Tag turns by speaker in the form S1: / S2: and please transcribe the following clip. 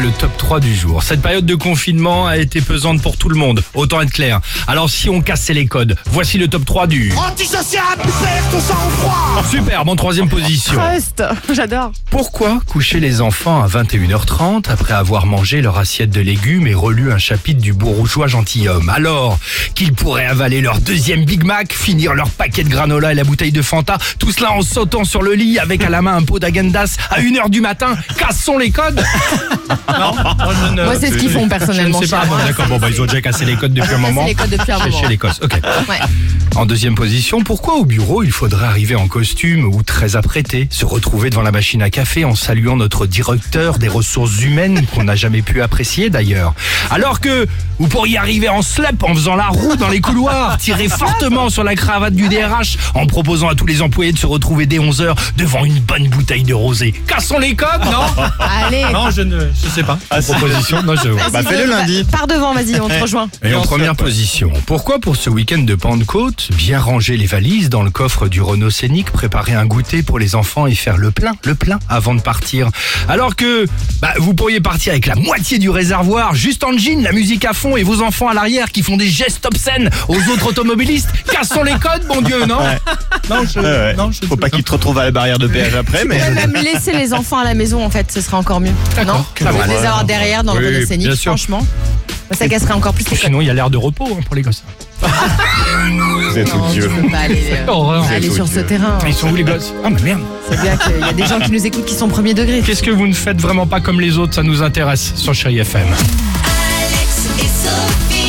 S1: le top 3 du jour. Cette période de confinement a été pesante pour tout le monde, autant être clair. Alors si on cassait les codes, voici le top 3 du...
S2: Antisocial, tu perds ton sang-froid
S1: Super, en troisième position.
S3: Trust, j'adore.
S1: Pourquoi coucher les enfants à 21h30 après avoir mangé leur assiette de légumes et relu un chapitre du bourgeois gentilhomme Alors qu'ils pourraient avaler leur deuxième Big Mac, finir leur paquet de granola et la bouteille de Fanta, tout cela en sautant sur le lit avec à la main un pot d'agendas à 1h du matin, cassons les codes Non, je ne-
S3: Moi, c'est ce qu'ils font personnellement.
S1: Je ne sais pas,
S3: chez
S1: bon,
S3: moi.
S1: d'accord, bon, bah, ils ont déjà cassé les codes depuis un
S3: Casser
S1: moment.
S3: les codes depuis un
S1: Chez-
S3: moment.
S1: Chez l'Écosse, ok.
S3: Ouais.
S1: En deuxième position, pourquoi au bureau il faudrait arriver en costume ou très apprêté, se retrouver devant la machine à café en saluant notre directeur des ressources humaines qu'on n'a jamais pu apprécier d'ailleurs Alors que vous pourriez arriver en slep en faisant la roue dans les couloirs, tirer fortement sur la cravate du DRH en proposant à tous les employés de se retrouver dès 11h devant une bonne bouteille de rosé. Cassons les codes, non
S3: Allez.
S1: Non, je ne je sais pas. Proposition, non, je...
S3: Vas-y,
S2: Bah, fais-le
S3: vas-y,
S2: lundi.
S3: Par devant, vas-y, on te rejoint.
S1: Et en
S2: Bien sûr,
S1: première
S2: quoi.
S1: position, pourquoi pour ce week-end de Pentecôte, bien ranger les valises dans le coffre du Renault Scénic, préparer un goûter pour les enfants et faire le plein, le plein avant de partir Alors que bah, vous pourriez partir avec la moitié du réservoir, juste en jean, la musique à fond et vos enfants à l'arrière qui font des gestes obscènes aux autres automobilistes. Cassons les codes, bon Dieu, non Non, je,
S2: Ouais, ouais.
S1: non, je-
S2: Faut pas qu'il te retrouve à la barrière de péage après, mais...
S3: Ouais, même laisser les enfants à la maison, en fait, ce serait encore mieux. Non
S1: ça va.
S3: On va les avoir derrière dans
S1: Oui,
S3: le
S1: bien
S3: scénique,
S1: sûr.
S3: franchement. Ça casserait encore plus les codes.
S1: Sinon, il y a l'air de repos hein, pour les gosses.
S2: Vous êtes
S3: Non, tu
S2: odieux.
S3: peux pas aller, euh,
S1: Horreur.
S3: aller sur ce terrain.
S1: Ils sont où les gosses Ah, mais merde
S3: C'est bien qu'il y a des gens qui nous écoutent qui sont premier degré.
S1: Qu'est-ce que vous ne faites vraiment pas comme les autres Ça nous intéresse sur Chéri FM.
S4: Alex et Sophie.